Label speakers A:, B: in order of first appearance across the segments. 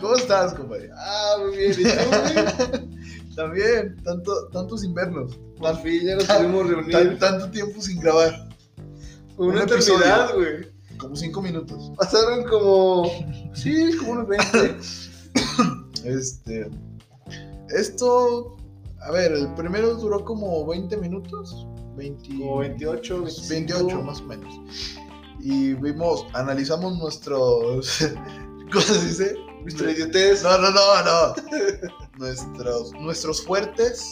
A: ¿Cómo estás, compadre? Ah, muy bien. ¿Y tú, güey? También, tanto, tantos inviernos.
B: Por fin ya nos pudimos
A: Tan-
B: reunir.
A: tanto tiempo sin grabar. un
B: Una eternidad, güey.
A: Como cinco minutos.
B: Pasaron como. Sí, como unos 20.
A: Este. Esto. A ver, el primero duró como 20 minutos. 20,
B: Como 28, 25.
A: 28 más o menos. Y vimos, analizamos nuestros. ¿Cómo se dice?
B: Nuestra idiotez.
A: No, no, no, no. Nuestros, nuestros fuertes.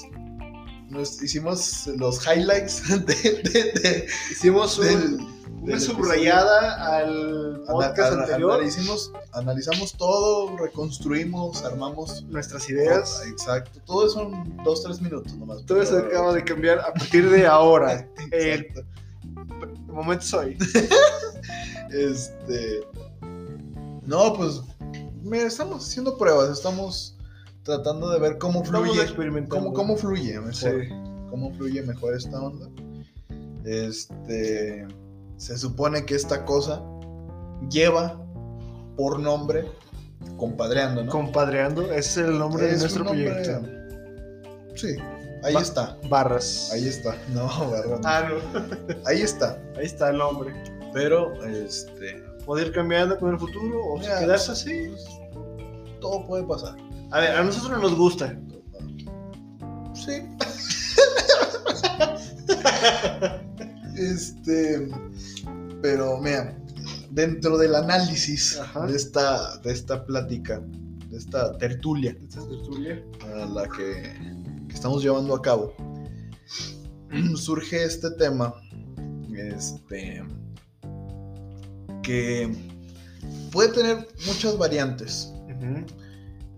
A: Nos, hicimos los highlights de- de- de-
B: Hicimos un-
A: del-
B: una
A: del
B: subrayada al
A: ana-
B: podcast
A: ana-
B: anterior.
A: analicimos- analizamos todo, reconstruimos, armamos. Ah,
B: Nuestras ideas.
A: Exacto. Todo eso en dos, tres minutos nomás.
B: Todo eso acaba de Eh. cambiar a partir de ahora. El
A: Exacto.
B: momento soy.
A: Este. No, pues. mira, estamos haciendo pruebas, estamos tratando de ver cómo
B: Estamos
A: fluye.
B: experimentando.
A: Cómo, cómo fluye mejor.
B: Sí.
A: Cómo fluye mejor esta onda. Este. Se supone que esta cosa lleva por nombre Compadreando, ¿no?
B: Compadreando. Ese es el nombre de
A: Es
B: nuestro
A: un nombre-
B: proyecto.
A: Sí, ahí
B: Va-
A: está.
B: Barras.
A: Ahí está. No, perdón.
B: Ah, no.
A: Ahí está.
B: Ahí está el nombre.
A: Pero, este.
B: Poder ir cambiando con el futuro o
A: mira,
B: quedarse así.
A: pues, Todo puede pasar.
B: A ver, a nosotros nos gusta.
A: Sí. este. Pero, mira, dentro del análisis
B: Ajá.
A: de esta, de esta plática, de esta tertulia
B: Esta es tertulia.
A: a la que, que estamos llevando a cabo, surge este tema. Este. Que puede tener muchas variantes.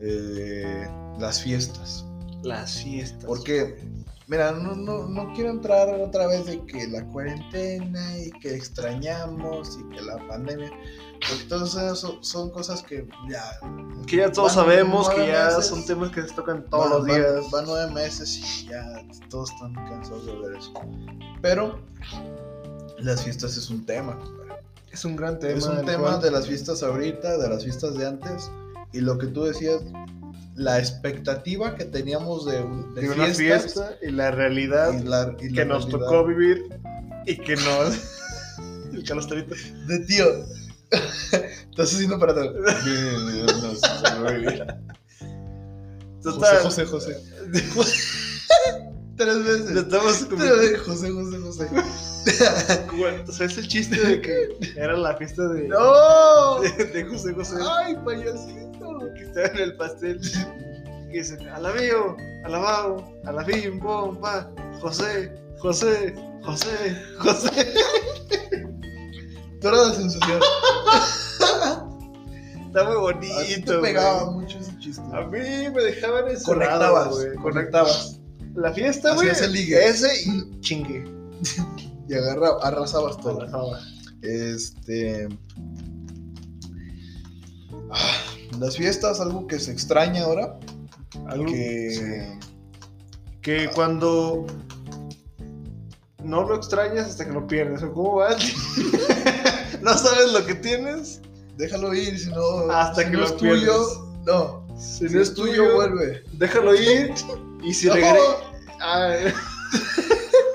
A: eh, las fiestas.
B: Las fiestas.
A: Porque, mira, no, no, no quiero entrar otra vez de que la cuarentena y que extrañamos y que la pandemia. Porque todas esas son, son cosas que ya.
B: Que ya todos
A: Van
B: sabemos que
A: nueve
B: ya
A: meses.
B: son temas que se tocan todos
A: van-
B: los
A: van-
B: días.
A: Van nueve meses y ya todos están cansados de ver eso. Pero las fiestas es un tema. compadre.
B: Es un gran
A: Es un
B: del
A: tema
B: cual-
A: de las fiestas ahorita, de las fiestas de antes. Y lo que tú decías, la expectativa que teníamos de, de
B: de una
A: fiestas
B: fiesta y la realidad
A: y la- y la
B: que nos
A: realidad.
B: tocó vivir y que nos. El calastrito.
A: De tío. Estás haciendo para atrás. Bien, no, sí, muy bien. José,
B: Total.
A: José, José. Tres
B: Lo
A: veces.
B: estamos
A: Tres
B: comiendo.
A: veces, José, José, José.
B: Bueno, ¿Sabes el chiste de que era la fiesta de,
A: ¡No!
B: de, de José José?
A: ¡Ay, payasito!
B: que estaba en el pastel. Que dicen, alabío, alabao, alabim, bomba, José, José, José, José.
A: Tú eras la sensación.
B: Está muy
A: A ti
B: bonito.
A: te pegaba
B: güey.
A: mucho ese chiste.
B: A mí me dejaban eso.
A: Ah, Conectabas, conectabas.
B: La fiesta, güey.
A: Hacías el ligue.
B: Ese y chingue.
A: Y agarraba, arrasabas todo.
B: Relajaba.
A: Este. ah, Las fiestas, algo que se extraña ahora.
B: Algo
A: que.
B: que cuando no lo extrañas hasta que lo pierdes. ¿o ¿Cómo vas? no sabes lo que tienes
A: Déjalo ir, si no.
B: hasta
A: si
B: que
A: no
B: lo
A: es
B: pierdes.
A: tuyo. No,
B: Si,
A: Si no es tuyo, vuelve.
B: déjalo ir. Y si
A: No,
B: regresa. Ah, Ay,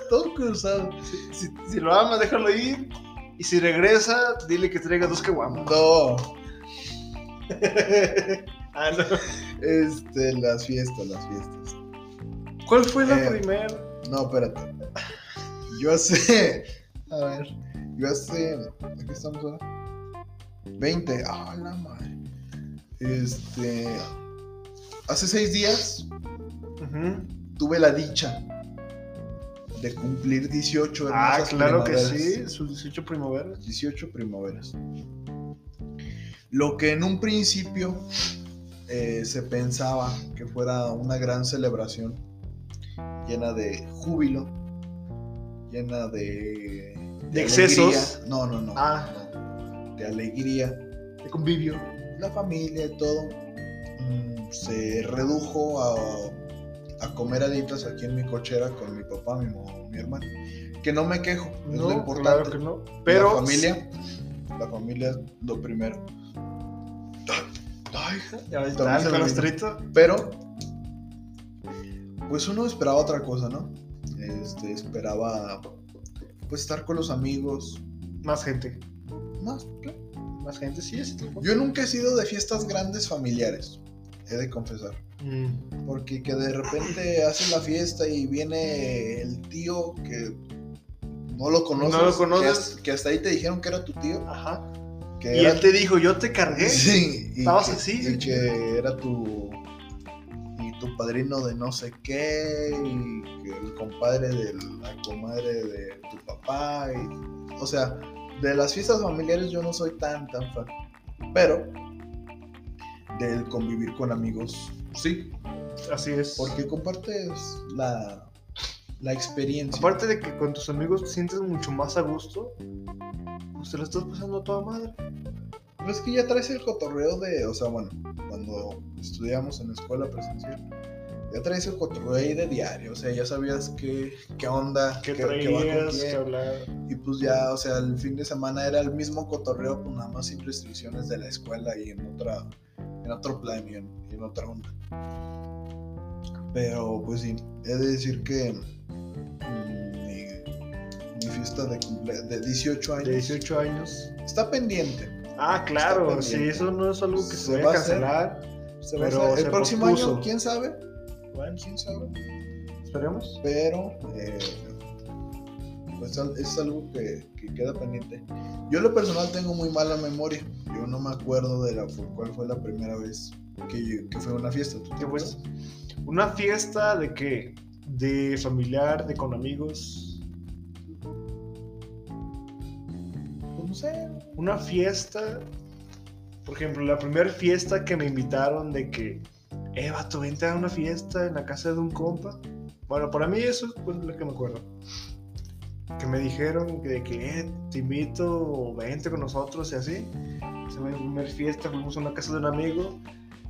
A: todo cruzado.
B: si, si lo amas, déjalo ir. Y si regresa, dile que traiga dos caguamas.
A: No,
B: ah, no.
A: este, las fiestas, las fiestas.
B: ¿Cuál fue la
A: Eh.
B: primera?
A: No, espérate. Yo hace. A ver. Yo hace. ¿A qué estamos ahora? 20. ¡Ah, la madre! Este. Hace seis días
B: Ujú.
A: tuve la dicha de cumplir 18
B: Ah,
A: hermosas
B: claro que
A: primaveras.
B: sí. Sus 18 primaveras.
A: 18 primaveras. Lo que en un principio eh, se pensaba que fuera una gran celebración, llena de júbilo, llena de...
B: De excesos.
A: alegría. No, no, no,
B: Ah.
A: no. De alegría.
B: De convivio.
A: La familia y todo. mm, se redujo a, a comer alitas aquí en mi cochera con mi papá, mi mamá, mi hermano. Que no me quejo, es lo
B: No,
A: importante.
B: claro que no. Pero
A: La familia La familia es lo primero. Ay,
B: Ya
A: También
B: ves, tal,
A: se me
B: calostrito.
A: Pero, pues uno esperaba otra cosa, ¿no? Este, esperaba, pues, estar con los amigos.
B: Más gente.
A: Más.
B: Más gente, sí, ese tipo.
A: Yo nunca he sido de fiestas grandes familiares, he de confesar.
B: Mm,
A: Porque que de repente hacen la fiesta y viene el tío que no lo conoces.
B: No lo
A: que
B: conoces.
A: hasta- Que, hasta ahí te dijeron que era tu tío.
B: Ajá.
A: Que
B: Y
A: era-
B: él te dijo, yo te cargué.
A: Sí, y
B: Estabas
A: que-
B: así,
A: Y
B: de
A: que era tu. Y tu padrino de no sé qué, y que el compadre de la comadre de tu papá. y- o sea, de las fiestas familiares yo no soy tan, tan fan. Pero, del convivir con amigos, sí.
B: Así es.
A: Porque compartes la, la experiencia.
B: Aparte de que con tus amigos te sientes mucho más a gusto, pues te lo estás pasando a toda madre.
A: Pues que ya traes el cotorreo de, o sea, bueno, cuando estudiamos en la escuela presencial, ya traes el cotorreo ahí de diario, o sea, ya sabías qué, qué onda,
B: ¿Qué
A: qué, qué va con
B: traías que
A: quién,
B: hablar?
A: y pues ya, o sea, el fin de semana era el mismo cotorreo, pues nada más sin restricciones de la escuela y en otra, en otro plan y en, y en otra onda. Pero pues sí, he de decir que mm, mi, mi fiesta de, cumple- de 18 años
B: De 18 años.
A: está pendiente.
B: Ah, claro,
A: pendiente.
B: sí, eso no es algo que se,
A: Se
B: vaya
A: va
B: a
A: a hacer.
B: cancelar.
A: Se va a
B: Pero
A: hacer-
B: se
A: el próximo
B: pospuso.
A: año, quién sabe,
B: Bueno,
A: quién sabe.
B: esperemos.
A: Pero eh, pues al- es algo que, que queda pendiente. Yo en lo personal tengo muy mala memoria. Yo no me acuerdo de la fu- cuál fue la primera vez que, yo- que fue una fiesta. ¿Tú te
B: Que pues,
A: acuerdas?
B: una fiesta de qué? De familiar, de con amigos.
A: Pues no sé.
B: Una fiesta, por ejemplo, la primera fiesta que me invitaron de que, eh, vato, vente a una fiesta en la casa de un compa. Bueno, para mí eso es pues, lo que me acuerdo. Que me dijeron que, de que eh, te invito, vente con nosotros y así. Esa fue mi primera fiesta, fuimos a una casa de un amigo.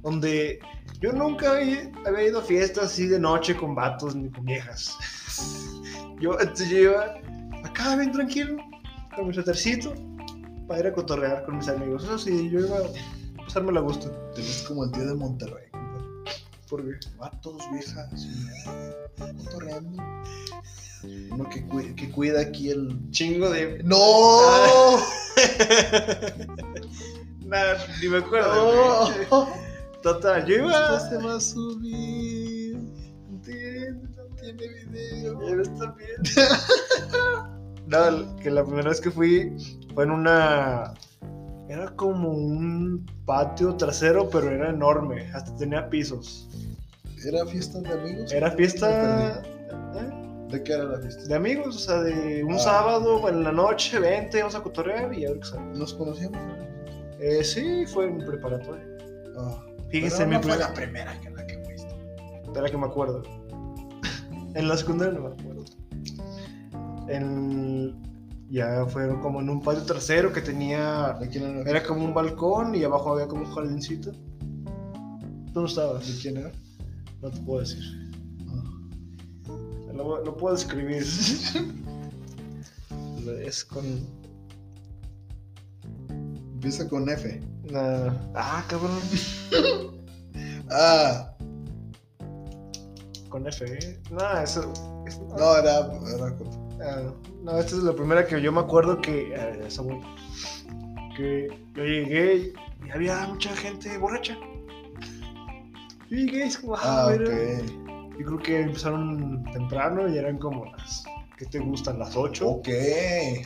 B: Donde yo nunca había había ido a fiestas así de noche con vatos ni con viejas. yo, entonces yo iba acá bien tranquilo, con mi suétercito, para ir a cotorrear con mis amigos. Eso sí, yo iba a pasarme la gusto.
A: Te ves como el tío de Monterrey. compadre.
B: Porque
A: Vatos, viejas. Cotorreando. Uno que, cui- que cuida aquí el.
B: chingo de.
A: ¡No!
B: Nada, ni me acuerdo.
A: ¡No!
B: güey. Total, yo iba.
A: Esto se va a subir. No tiene video.
B: Ya no está bien. No, que la primera vez que fui fue en una. Era como un patio trasero, pero era enorme. Hasta tenía pisos.
A: ¿Era fiesta de amigos?
B: Era fiesta. ¿eh?
A: ¿De qué era la fiesta?
B: De amigos, o sea, de un
A: Ah.
B: sábado en la noche, vente, vamos a cotorrear y a ver qué sale.
A: ¿Nos conocíamos?
B: Eh, sí, fue en preparatoria.
A: Ah.
B: Fíjense,
A: Pero
B: mi
A: no fue
B: primera.
A: la primera que la que fuiste.
B: De la que me acuerdo. en la secundaria no me acuerdo. En- Ya fueron como en un patio trasero que tenía.
A: ¿De quién era?
B: Era como un balcón y abajo había como un jardincito. Tú no estabas,
A: ¿De quién era?
B: no te puedo decir.
A: Ah,
B: Lo, voy- lo puedo describir. es con.
A: Empieza con F.
B: una- Ah, cabrón.
A: Ah,
B: Con F, ¿eh? No, eso. es-
A: no, era. era con-
B: Ah, no, esta es la primera que yo me acuerdo que. a ver, esa voy. Que yo llegué y había mucha gente borracha. Yo llegué y es como, ah,
A: Ah,
B: mira.
A: ok.
B: Yo creo que empezaron temprano y eran como las. ¿Qué te gustan? Las 8.
A: Ok.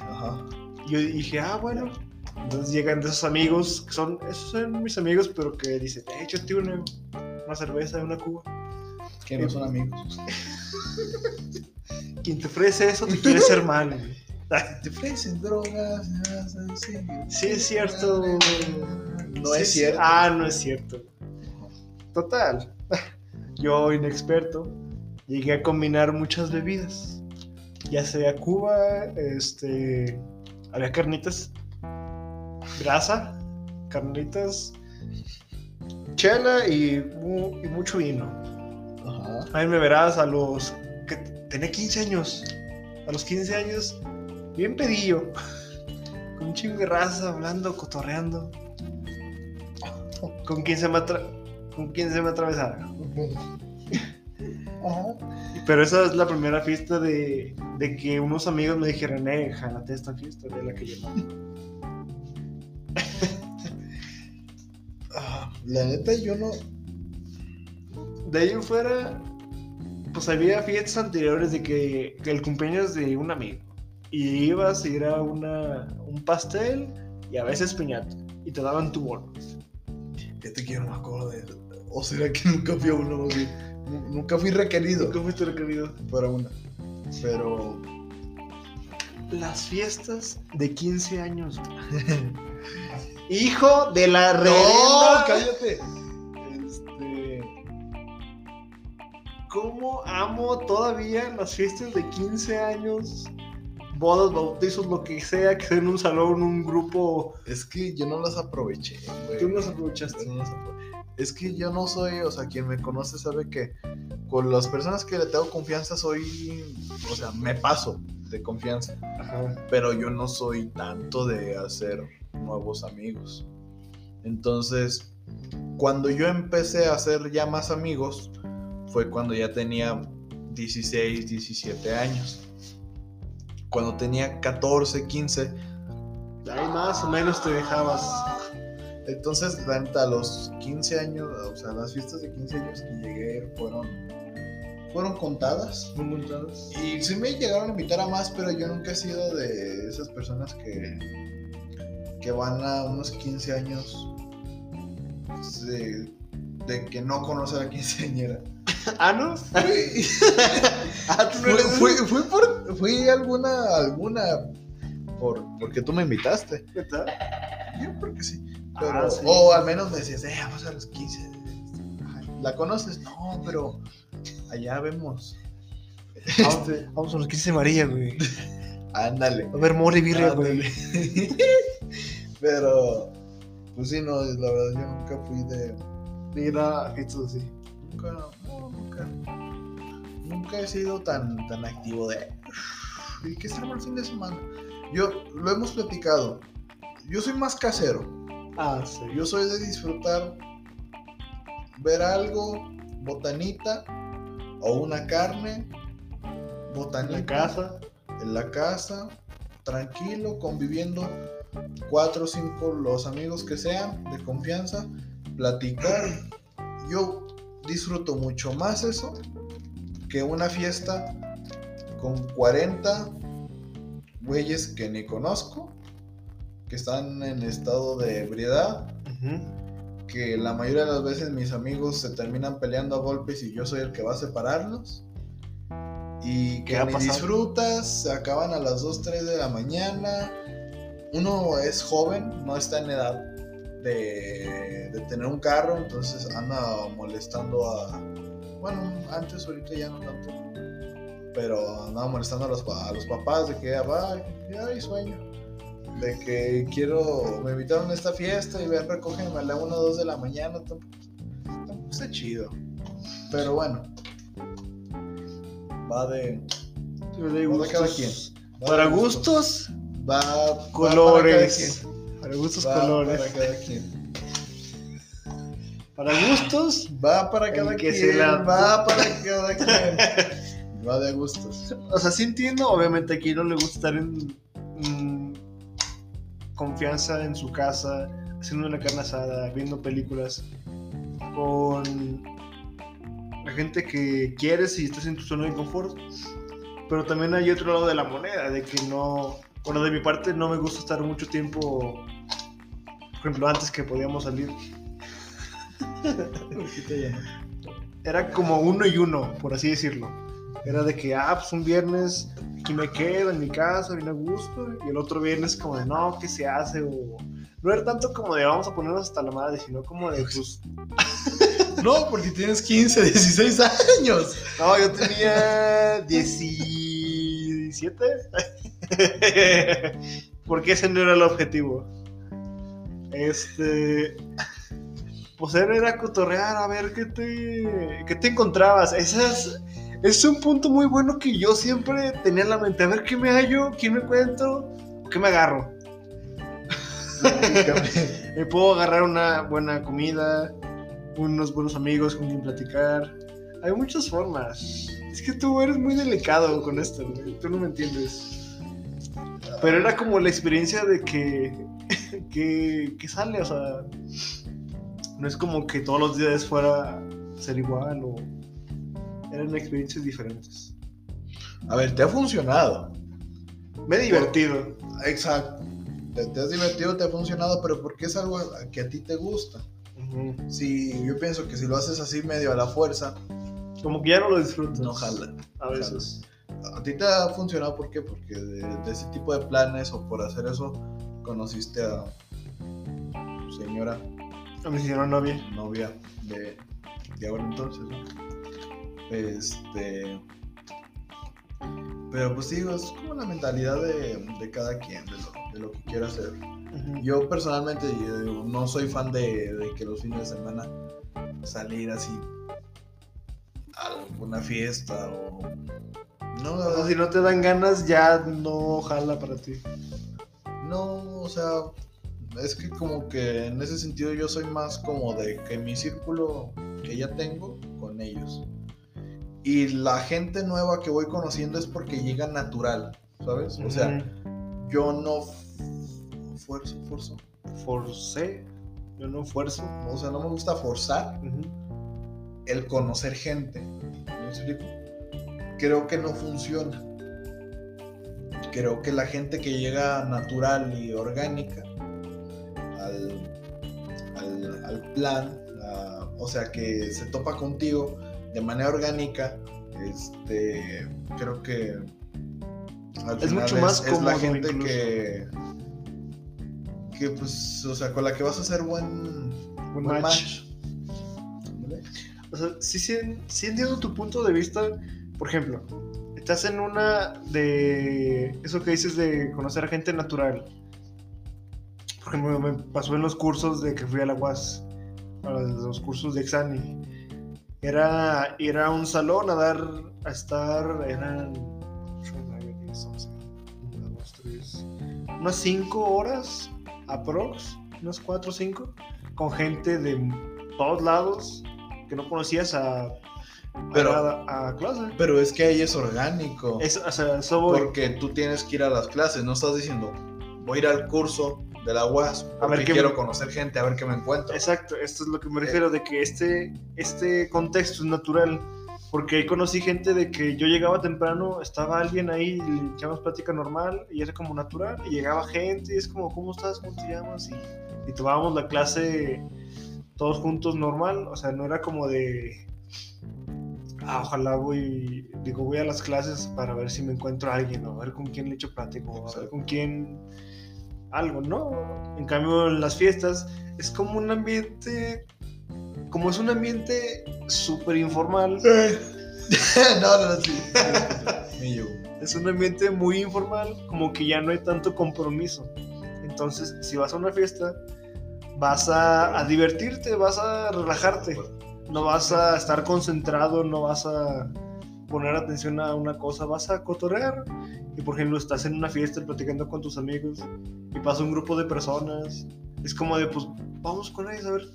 A: Ajá.
B: Y yo dije, ah, bueno. Entonces llegan de esos amigos, que son. Esos son mis amigos, pero que dicen, eh, échate una, una cerveza, una cuba.
A: Que no son amigos.
B: Quien te ofrece eso te quiere ser mal, güey.
A: Te ofrecen drogas. nada más, en serio.
B: Sí, es cierto.
A: No
B: Sí,
A: es
B: sí.
A: cierto.
B: Ah, no es cierto. Total. Yo, inexperto, llegué a combinar muchas bebidas. Ya sea Cuba, este. Había carnitas, grasa, carnitas, chela y, mu- y mucho vino.
A: Ajá.
B: Ahí me verás a los. que tenía 15 años. A los 15 años, bien pedillo. Un chingo de raza hablando, cotorreando. Con quien se me, atra- con quien se me atravesara.
A: Ajá.
B: Pero esa es la primera fiesta de, de que unos amigos me dijeron, eh, jálate esta fiesta de la que yo no".
A: Ah, La neta, yo no.
B: De ahí en fuera, pues había fiestas anteriores de que, que el cumpleaños de un amigo. Y ibas y era una, un pastel y a veces piñata. Y te daban tu bono.
A: Fíjate que yo no me acuerdo de. O será que nunca fui a una más bien. Nu- Nunca fui requerido
B: ¿Cómo fuiste recorrido?
A: para una. Pero.
B: Las fiestas de 15 años. Hijo de la
A: ¡No!
B: reverenda.
A: ¡Cállate! Este.
B: ¿Cómo amo todavía las fiestas de 15 años? Bodas, bautizos, lo que sea, que sea en un salón, un grupo.
A: Es que yo no las aproveché, güey.
B: Tú no las aprovechaste.
A: Yo no las apro- Es que yo no soy, o sea, quien me conoce sabe que con las personas que le tengo confianza soy, o sea, me paso de confianza.
B: Ajá.
A: Pero yo no soy tanto de hacer nuevos amigos. Entonces, cuando yo empecé a hacer ya más amigos, fue cuando ya tenía 16, 17 años. Cuando tenía 14, 15,
B: Ahí más o menos te dejabas.
A: Entonces, la neta, a los 15 años, o sea, las fiestas de 15 años que llegué fueron, fueron contadas.
B: Muy montadas.
A: Y sí me llegaron a invitar a más, pero yo nunca he sido de esas personas que, que van a unos 15 años de, de que no conoce a la quinceañera.
B: ¿Ah, no?
A: Fui,
B: Ah, tú
A: fui,
B: no eres
A: fui, fui por, fui alguna, alguna, por, porque tú me invitaste.
B: ¿Neta?
A: Yo porque sí.
B: Ah,
A: Pero,
B: sí.
A: O al menos me decías, eh, vamos a los 15. Ay, ¿La conoces? No, pero allá vemos.
B: Vamos, vamos a los 15 de María, güey.
A: Ándale.
B: A ver, mole y birria,
A: ándale.
B: güey.
A: pero, pues sí, no, la verdad yo nunca fui de...
B: De ir a fiestas así.
A: Nunca, no, nunca. Nunca he sido tan, tan activo de... ¿Y qué estará el fin de semana? Yo, lo hemos platicado. Yo soy más casero.
B: Ah, sí.
A: Yo soy de disfrutar ver algo, botanita o una carne,
B: En
A: botanita
B: la casa.
A: en la casa, tranquilo, conviviendo cuatro o cinco los amigos que sean de confianza, platicar. Yo disfruto mucho más eso que una fiesta con 40 güeyes que ni conozco, que están en estado de ebriedad
B: Ujú.
A: que la mayoría de las veces mis amigos se terminan peleando a golpes y yo soy el que va a separarlos. Y
B: ¿Qué
A: que
B: ha
A: ni
B: pasado?
A: disfrutas, se acaban a las 2, 3 de la mañana. Uno es joven, no está en edad de, de tener un carro, entonces anda molestando a... Bueno, antes ahorita ya no tanto. Pero andaba molestando a los, pa- a los papás de que, "Ah, va, hay sueño de que quiero, me invitaron a esta fiesta y ven, recógeme a la 1 o 2 de la mañana, tampoco, tampoco está chido. Pero bueno, va de...
B: Yo de
A: Para cada
B: gustos.
A: va
B: Para
A: de
B: gustos,
A: Va, va para
B: colores. Para gustos,
A: cada quien, va
B: colores.
A: Para cada quien.
B: Para gustos,
A: Va para
B: El
A: cada
B: que
A: quien.
B: se la-
A: Va para cada quien. Va de gustos.
B: o sea, sí entiendo, obviamente aquí no le gusta estar en mm, confianza en su casa, haciendo una carne asada, viendo películas, con la gente que quieres y estás en tu zona de confort. Pero también hay otro lado de la moneda, de que no, bueno, de mi parte no me gusta estar mucho tiempo, por ejemplo, antes que podíamos salir, era como uno y uno, por así decirlo. Era de que, ah, pues un viernes aquí me quedo en mi casa, bien a gusto, y el otro viernes como de, no, ¿qué se hace? O, no era tanto como de, vamos a ponernos hasta la madre, sino como de, pues,
A: No, porque tienes 15, 16 años.
B: no, yo tenía 17. Porque ese no era el objetivo. Este... Pues era, era cotorrear, a ver qué te, qué te encontrabas. Esas, es un punto muy bueno que yo siempre tenía en la mente. A ver qué me hallo, quién me encuentro, qué me agarro.
A: Platícame.
B: Me puedo agarrar una buena comida, unos buenos amigos con quien platicar. Hay muchas formas. Es que tú eres muy delicado con esto, güey. Tú no me entiendes. Pero era como la experiencia de que, que, que sale, o sea, no es como que todos los días fuera a ser igual o eran experiencias diferentes.
A: A ver, ¿te ha funcionado?
B: Me he divertido.
A: Exacto. Te, te has divertido, te ha funcionado, pero porque es algo que a ti te gusta. Si yo pienso que si lo haces así medio a la fuerza,
B: Como que ya no lo disfrutas.
A: no jala.
B: A veces.
A: ¿A ti te ha funcionado por qué? Porque de, de ese tipo de planes o por hacer eso conociste a tu señora,
B: A mí me hicieron novia.
A: novia de, de ahora entonces, ¿no? Este. Pero pues digo, es como la mentalidad de, de cada quien, de lo, de lo que quiera hacer. Yo personalmente yo no soy fan de, de que los fines de semana salir así a una fiesta o... No, la
B: O sea,
A: verdad,
B: si no te dan ganas, ya no jala para ti.
A: no, o sea, es que como que en ese sentido yo soy más como de que mi círculo que ya tengo con ellos. Y la gente nueva que voy conociendo es porque llega natural, ¿sabes? O sea, yo no f- fuerzo, forzo.
B: forcé. Yo no fuerzo.
A: O sea, no me gusta forzar el conocer gente. ¿Me explico? Creo que no funciona. Creo que la gente que llega natural y orgánica al, al- al plan, a- o sea, que se topa contigo de manera orgánica, este, creo que al
B: Es mucho más
A: es, la
B: cómodo
A: gente
B: incluso.
A: que que pues, o sea, con la que vas a hacer buen,
B: Un
A: buen
B: match.
A: match.
B: O sea, sí, sí, sí entiendo tu punto de vista. Por ejemplo, estás en una de eso que dices de conocer a gente natural. Por ejemplo, me pasó en los cursos de que fui a la UAS, a los los cursos de Exani. Era ir a un salón a dar, a estar, eran 8, 9, 10, 11, 1, 2, 3, unas 5 horas aprox, unas 4 o 5, con gente de todos lados que no conocías a, a
A: Pero-
B: a, a clase.
A: Pero es que ahí es orgánico.
B: Es, o sea, eso voy.
A: porque tú tienes que ir a las clases, no estás diciendo, voy a ir al curso de la UAS
B: A ver
A: porque
B: qué-
A: quiero conocer gente, a ver qué me encuentro.
B: Exacto, esto es lo que me refiero, de que este, este contexto es natural, porque ahí conocí gente de que yo llegaba temprano, estaba alguien ahí, le echábamos plática normal, y era como natural, y llegaba gente, y es como, ¿cómo estás? ¿Cómo te llamas? Y, y tomábamos la clase todos juntos normal, o sea, no era como de, ah, ojalá voy, digo, voy a las clases para ver si me encuentro a alguien, o a ver con quién le echo plática, o a ver
A: Exacto.
B: con quién algo, ¿no? En cambio, en las fiestas es como un ambiente, como es un ambiente súper informal,
A: no, no, no, sí. Me llevo.
B: es un ambiente muy informal, como que ya no hay tanto compromiso. Entonces, si vas a una fiesta, vas a, a divertirte, vas a relajarte, no vas a estar concentrado, no vas a poner atención a una cosa, vas a cotorrear. Y por ejemplo, estás en una fiesta platicando con tus amigos y pasa un grupo de personas. Es como de, pues, vamos con ellas, a ver,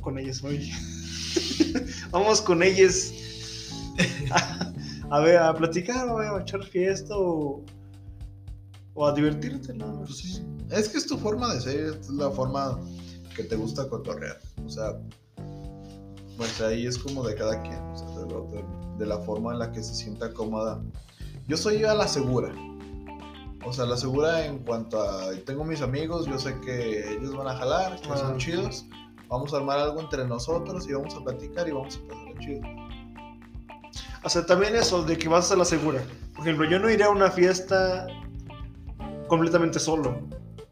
B: con ellas, oye. vamos con ellas. a ver, a platicar, a, ver, a echar fiesta o, o a divertirte, nada más.
A: Pues sí. Es que es tu forma de ser, es la forma que te gusta cotorrear. O sea, pues ahí es como de cada quien, o sea, de, lo- de- de la forma en la que se sienta cómoda. Yo soy a la segura. O sea, la segura en cuanto a. Tengo mis amigos, yo sé que ellos van a jalar, que
B: Ah.
A: son chidos. Vamos a armar algo entre nosotros y vamos a platicar y vamos a pasar chido.
B: O sea, también eso de que vas a la segura. Por ejemplo, yo no iré a una fiesta completamente solo.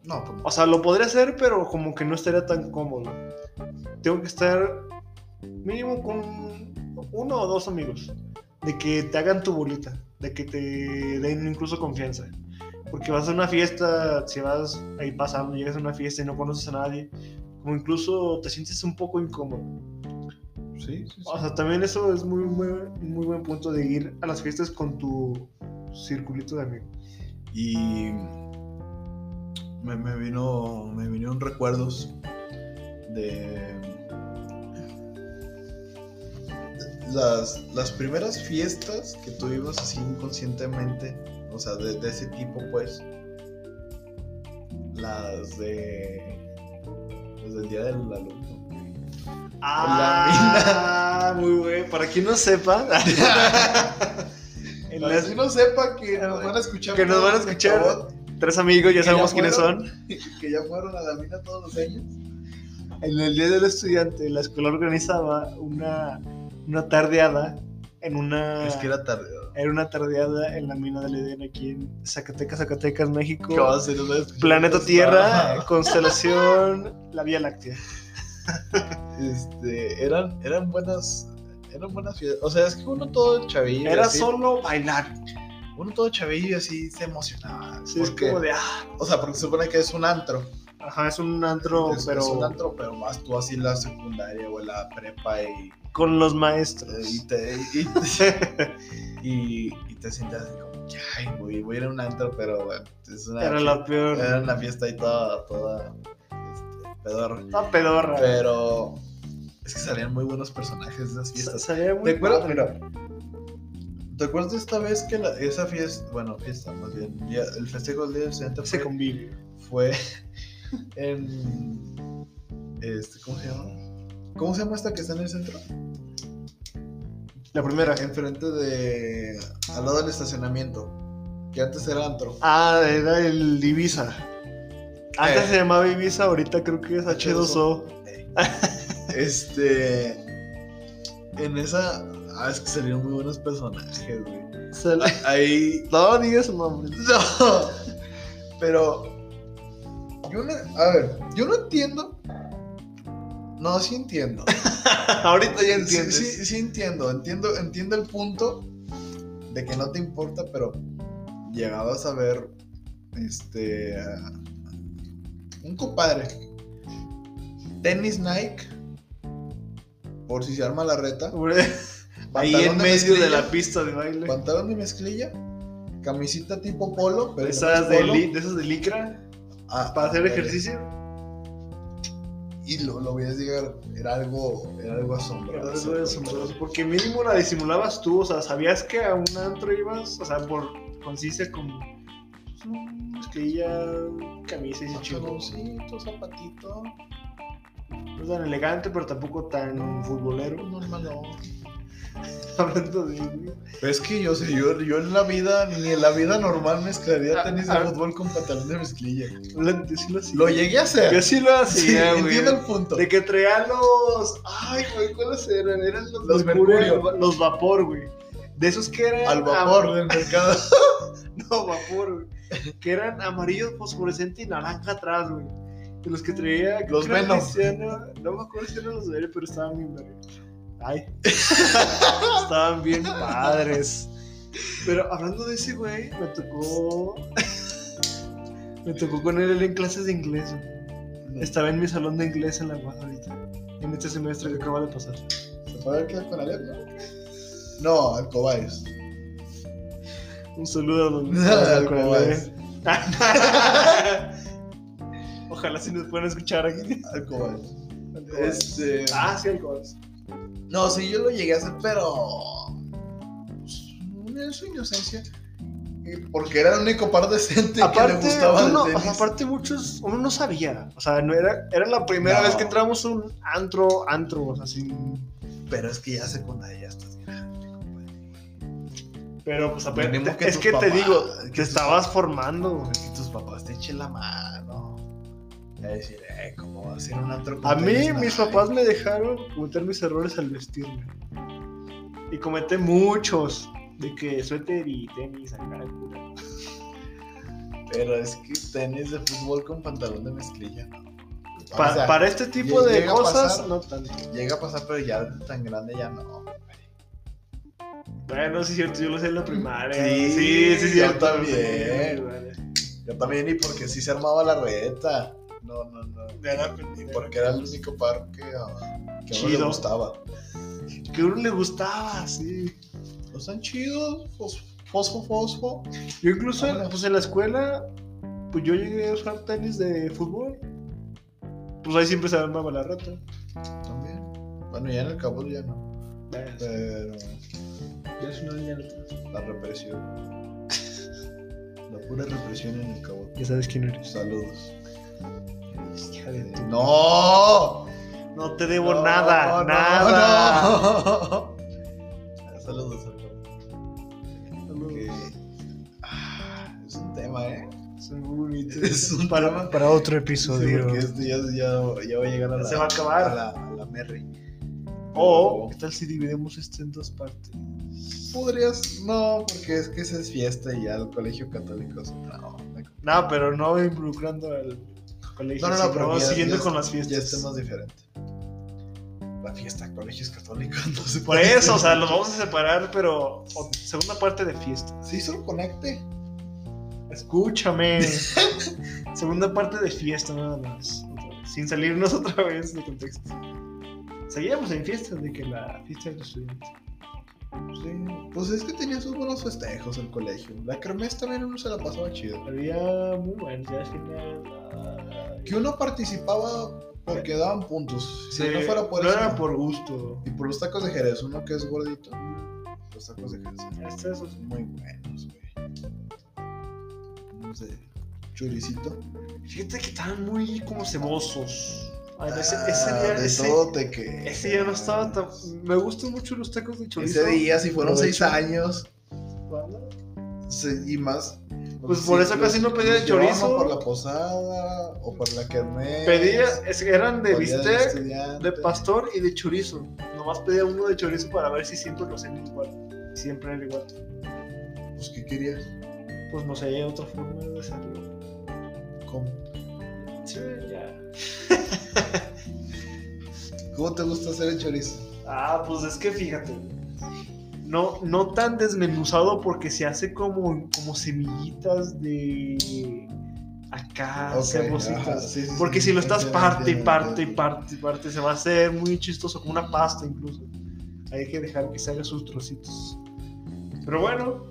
A: No, pues no.
B: O sea, lo podría hacer, pero como que no estaría tan cómodo. Tengo que estar mínimo con uno o dos amigos. De que te hagan tu bolita. De que te den incluso confianza. Porque vas a una fiesta, si vas ahí pasando, llegas a una fiesta y no conoces a nadie, como incluso te sientes un poco incómodo.
A: pues, Sí, sí, sí.
B: O sea, también eso es muy, muy, muy buen punto de ir a las fiestas con tu circulito de amigos.
A: Y me, me vino, me vinieron recuerdos de las, las primeras fiestas que tú ibas así inconscientemente, o sea, de, de ese tipo, pues, las de las del día del alumno.
B: Ah, muy bueno. Para quien no sepa, en
A: Para
B: las-
A: que no sepa que nos van a escuchar,
B: Que nos
A: todos
B: van a
A: los
B: escuchar.
A: cabot
B: tres amigos, ya
A: Que
B: sabemos
A: ya
B: quiénes
A: fueron.
B: son.
A: que ya fueron a la mina todos los años.
B: En el Día del Estudiante, la escuela organizaba una, una tardeada en una...
A: Es que era tarde. ¿no?
B: era una tardeada en la mina del Edén aquí en Zacatecas, Zacatecas, México.
A: ¿Qué va a hacer? Nos van a escuchar
B: Planeta
A: todos.
B: Tierra, constelación, la Vía Láctea.
A: Este, eran, eran buenas, eran buenas fiestas. O sea, es que uno todo chavillo.
B: Era
A: así-
B: solo bailar.
A: Uno todo chavillo y así se emocionaba.
B: Sí, es
A: porque-
B: como de, ah,
A: O sea, porque se supone que es un antro.
B: ajá, es un antro,
A: es,
B: pero
A: es un antro, pero más tú así la secundaria o la prepa y,
B: con los maestros.
A: y te, y, y- y te sientas así como, que, ay, voy, voy a ir a un antro, pero bueno, es una,
B: Era la peor.
A: era una fiesta y toda, toda este, pedorra.
B: Estaba pedorra.
A: eh, Pero es que salían muy buenos personajes de esas
B: Sa-
A: fiestas.
B: sabía muy
A: ¿Te acuerdas?
B: padre.
A: Mira, ¿te acuerdas de esta vez que la- esa fiesta, bueno, fiesta más bien, ya- el festejo del día del estudiante
B: Se
A: fue-
B: convive.
A: fue en este ¿cómo se llama? ¿Cómo se llama esta que está en el centro?
B: La primera.
A: Enfrente de al lado del estacionamiento, que antes era antro.
B: Ah, era el Ibiza. Antes
A: Eh.
B: se llamaba Ibiza, ahorita creo que es H2O.
A: Este en esa ah, es que salieron muy buenos personajes, güey.
B: Sale-
A: Ahí
B: No digas su nombre.
A: no. Pero yo no, a ver, yo no entiendo. No, sí entiendo.
B: ahorita ya
A: Sí,
B: entiendes.
A: Sí, sí entiendo, entiendo, entiendo el punto de que no te importa, pero llegabas a ver este a- un compadre tenis Nike por si se arma la reta,
B: Ahí
A: Pantalón
B: en
A: de
B: medio de
A: mezclilla.
B: la pista de baile.
A: pantalón de mezclilla, camisita tipo polo, pero
B: Esas
A: no es
B: de,
A: polo.
B: li- de esas de licra
A: Ah,
B: para hacer
A: ándale.
B: ejercicio.
A: y lo lo veías llegar, era algo era algo asombroso.
B: Eso es asombroso, Porque mínimo la disimulabas tú, o sea, sabías que a un antro ibas, o sea, por conciencia con pues, un mezclilla, camisa y ese chingo.
A: Pantaloncito, zapatito,
B: No tan elegante, pero tampoco tan futbolero.
A: normalón.
B: Hablando de.
A: Pero Es que yo sé, yo, yo en la vida, ni en la vida normal mezclaría
B: Ah,
A: tenis de
B: ah.
A: fútbol con pantalón de mezclilla. güey.
B: Hablando- sí lo hacía.
A: Lo llegué a hacer.
B: Yo sí lo
A: Sí,
B: hacía, güey.
A: entiendo el punto.
B: De que traía los. Ay, güey, ¿cuáles eran? Eran los,
A: Los Mercurio.
B: Los vapor, güey. De esos que eran.
A: Al vapor
B: am-
A: del mercado.
B: No, vapor, güey. Que eran amarillo fosforescente y naranja atrás, güey. De los que traía. creo
A: Los
B: que eran
A: Venom.
B: Cristiano- No me acuerdo si eran los Venom, pero estaban bien, verga. Ay. estaban bien padres. Pero hablando de ese, güey, me tocó. me tocó con él en clases de inglés, güey. Estaba en mi salón de inglés en la UAS ahorita. En este semestre que acaba de pasar.
A: ¿Se puede quedar con Alep, no? No, al Cobayes.
B: Un saludo a donde
A: Al
B: con el
A: Cobayes.
B: bebé. Ojalá si nos puedan escuchar aquí.
A: Al Cobayes. Este.
B: Ah, sí, alcohol.
A: No, sí, yo lo llegué a hacer, pero. pues, En su inocencia. Y eh, Porque era el único par decente
B: Aparte,
A: que le gustaba
B: uno,
A: el tenis.
B: aparte muchos, uno no sabía. O sea, no era, era la primera
A: No.
B: vez que entramos a un antro, antro, o sea, sin...
A: Pero es que ya secundaria ya estás bien.
B: Pero pues apenas...
A: Mínimo que
B: es
A: tus
B: que te
A: papás,
B: digo,
A: que
B: te
A: tus
B: estabas formando. güey.
A: que tus papás te echen la mano. A decir, eh, ¿cómo va a ser un antro? con
B: A mí,
A: tenis?
B: mis
A: Ay,
B: papás me dejaron cometer mis errores al vestirme. Y cometí muchos. De que suéter y tenis acá. cura.
A: Pero es que tenis de fútbol con pantalón de mezclilla. no.
B: Pa-
A: O sea,
B: para este tipo
A: lle-
B: de
A: llega a
B: cosas,
A: pasar.
B: no tanto.
A: Llega a pasar, pero ya tan grande ya no.
B: Bueno, sí es cierto, yo lo sé en la primaria.
A: Sí,
B: sí, sí,
A: yo
B: cierto.
A: también. Yo también, y porque sí se armaba la reta. No, no, no. Y porque era el único par que, ah, que a uno le
B: Chido.
A: gustaba.
B: Que a uno le gustaba, sí.
A: No están chidos, fos- fosfo, fosfo.
B: Yo incluso,
A: Ahora.
B: pues en la escuela, pues yo llegué a usar tenis de fútbol. Pues ahí siempre se armaba la rata.
A: También. Bueno, ya en el cabo ya no.
B: Ya
A: Pero
B: es una ya no te-
A: la represión. La pura represión en el cabo.
B: Ya sabes quién eres.
A: Saludos. Eh,
B: Hija de tu-
A: ¡No!
B: No te debo
A: No,
B: nada,
A: no,
B: nada.
A: no. Saludos al cabo. Porque, ah, Es un tema, ¿eh?
B: Es muy bonito.
A: Es un
B: para,
A: tema.
B: para otro
A: Sí,
B: episodio.
A: porque este ya, ya- ya va a llegar a
B: Ya
A: la,
B: se va a acabar.
A: a la, a la Merry.
B: O, ¿qué tal si dividimos esto en dos partes?
A: Podrías, no, porque es que esa es fiesta y ya el colegio católico es otra onda.
B: No, pero no involucrando al colegio.
A: No, no, no,
B: sino
A: pero ya-
B: siguiendo
A: ya-
B: con las
A: Ya
B: fiestas.
A: está más diferente. La fiesta, colegios católicos, no se
B: Por
A: puede.
B: eso, o sea, los vamos a separar, pero o- segunda parte de fiesta.
A: Se hizo un conecte.
B: Escúchame. segunda parte de fiesta, nada más. otra vez, Sin salirnos otra vez de contexto. Seguíamos en fiestas de que la fiesta del estudiante.
A: Sí. Pues es que tenía sus buenos festejos el colegio. La kermés también uno se la pasaba chido.
B: Había muy buenas, ya al final.
A: Que uno participaba porque daban puntos. Si
B: Sí,
A: no fuera por
B: no
A: eso.
B: era por gusto.
A: Y por los tacos de Jerez, uno que es gordito. Los tacos de Jerez.
B: Este es-
A: son Muy buenos, güey. No sé. Churicito.
B: Fíjate que estaban muy como cebosos. Ay, ese,
A: Ah,
B: ese día,
A: de
B: ese,
A: todo te que.
B: ese día no estaba tan. Me gustan mucho los tacos de chorizo.
A: Ese día, si fueron
B: Lo de
A: seis
B: hecho.
A: años
B: ¿Vale?
A: se- y más.
B: Pues por eso casi no pedía
A: los
B: de
A: llevaban
B: chorizo.
A: Por la posada o por la kermés.
B: Pedía, es- eran de
A: o día del
B: bistec,
A: estudiante.
B: de pastor y de chorizo. Nomás pedía uno de chorizo para ver si siempre lo hacían igual. Siempre era igual.
A: Pues, ¿qué querías?
B: Pues no sé, otra forma de hacerlo.
A: ¿Cómo?
B: Sí, ya.
A: ¿Cómo te gusta hacer el chorizo?
B: Ah, pues es que fíjate. No, no tan desmenuzado porque se hace como, como semillitas de acá,
A: Ok, ajá,
B: cebositas.
A: sí, sí,
B: pues Porque
A: sí,
B: si lo estás
A: entiendo,
B: parte y
A: entiendo,
B: parte y
A: entiendo.
B: parte y parte, se va a hacer muy chistoso, como una pasta incluso. Hay que dejar que se haga sus trocitos. Pero bueno,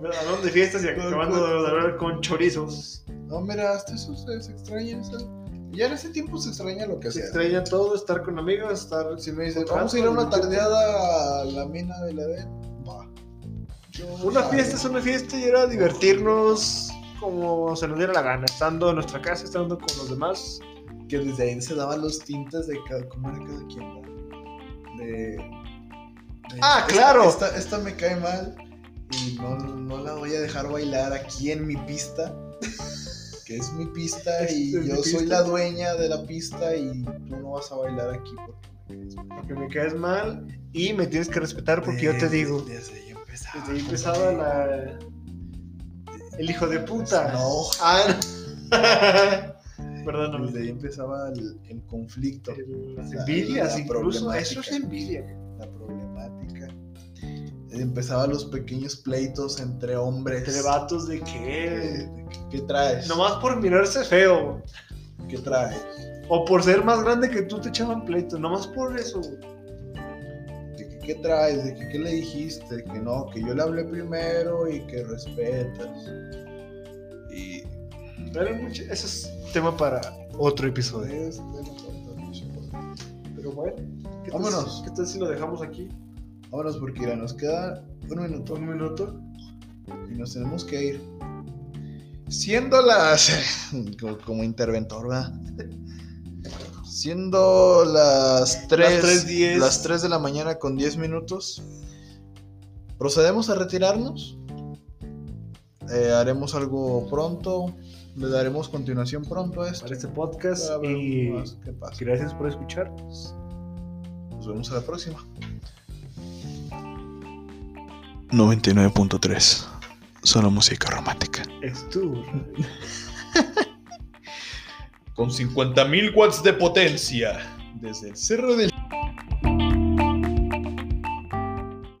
B: hablando de fiestas y acabando de hablar con chorizos.
A: No, mira, hasta eso se, se extraña. ¿sabes? Ya en ese tiempo se extraña lo que
B: Se
A: hacía.
B: extraña todo, estar con amigos, estar
A: Si me dicen, vamos a ir a una tardeada a la mina de la Edén, va. Yo,
B: Una
A: va.
B: fiesta es una fiesta y era divertirnos como se nos diera la gana, estando en nuestra casa, estando con los demás.
A: Que desde ahí se daban los tintes de cada, cómo era cada quien. ¿verdad? De, de-
B: Ah,
A: esta-
B: claro.
A: Esta, esta me cae mal y no, no la voy a dejar bailar aquí en mi pista. Que es mi pista y
B: Esta es
A: yo
B: mi
A: soy
B: pista.
A: la dueña de la pista y tú no vas a bailar aquí porque me caes mal.
B: Porque me caes mal y me tienes que respetar porque yo te
A: Desde-
B: digo.
A: Desde ahí empezaba.
B: Desde ahí empezaba la... El hijo de puta.
A: No.
B: Ah, no. Perdóname.
A: Desde ahí empezaba el, el conflicto,
B: Las
A: La-
B: envidias
A: la
B: incluso. Eso es
A: problemática.
B: envidia.
A: la problemática. Empezaban los pequeños pleitos entre hombres.
B: Entre vatos de
A: Eh,
B: que...
A: de que- ¿Qué traes?
B: Nomás por mirarse feo.
A: ¿Qué traes?
B: O por ser más grande que tú te echaban pleito. Nomás por eso.
A: ¿De que, ¿Qué traes? ¿De que, qué le dijiste? Que no, que yo le hablé primero y que respetas. Y.
B: Pero hay mucho- eso es tema para otro episodio.
A: Pues, bueno, tanto, mucho.
B: Pero bueno, ¿qué tal,
A: Vámonos.
B: ¿Qué tal si lo dejamos aquí?
A: Vámonos porque mira, nos queda un minuto
B: Un minuto.
A: y nos tenemos que ir. Siendo las. como, como interventor, ¿verdad? Siendo las 3,
B: 3:10.
A: las 3 de la mañana con 10 minutos, procedemos a retirarnos. Eh, haremos algo pronto. Le daremos continuación pronto a esto.
B: Para este podcast.
A: Para ver
B: Y
A: más qué pasa.
B: gracias por escuchar.
A: Nos vemos a la próxima. 99.3 Solo música romántica.
B: Es tu.
A: Con 50.000 watts de potencia. Desde el cerro del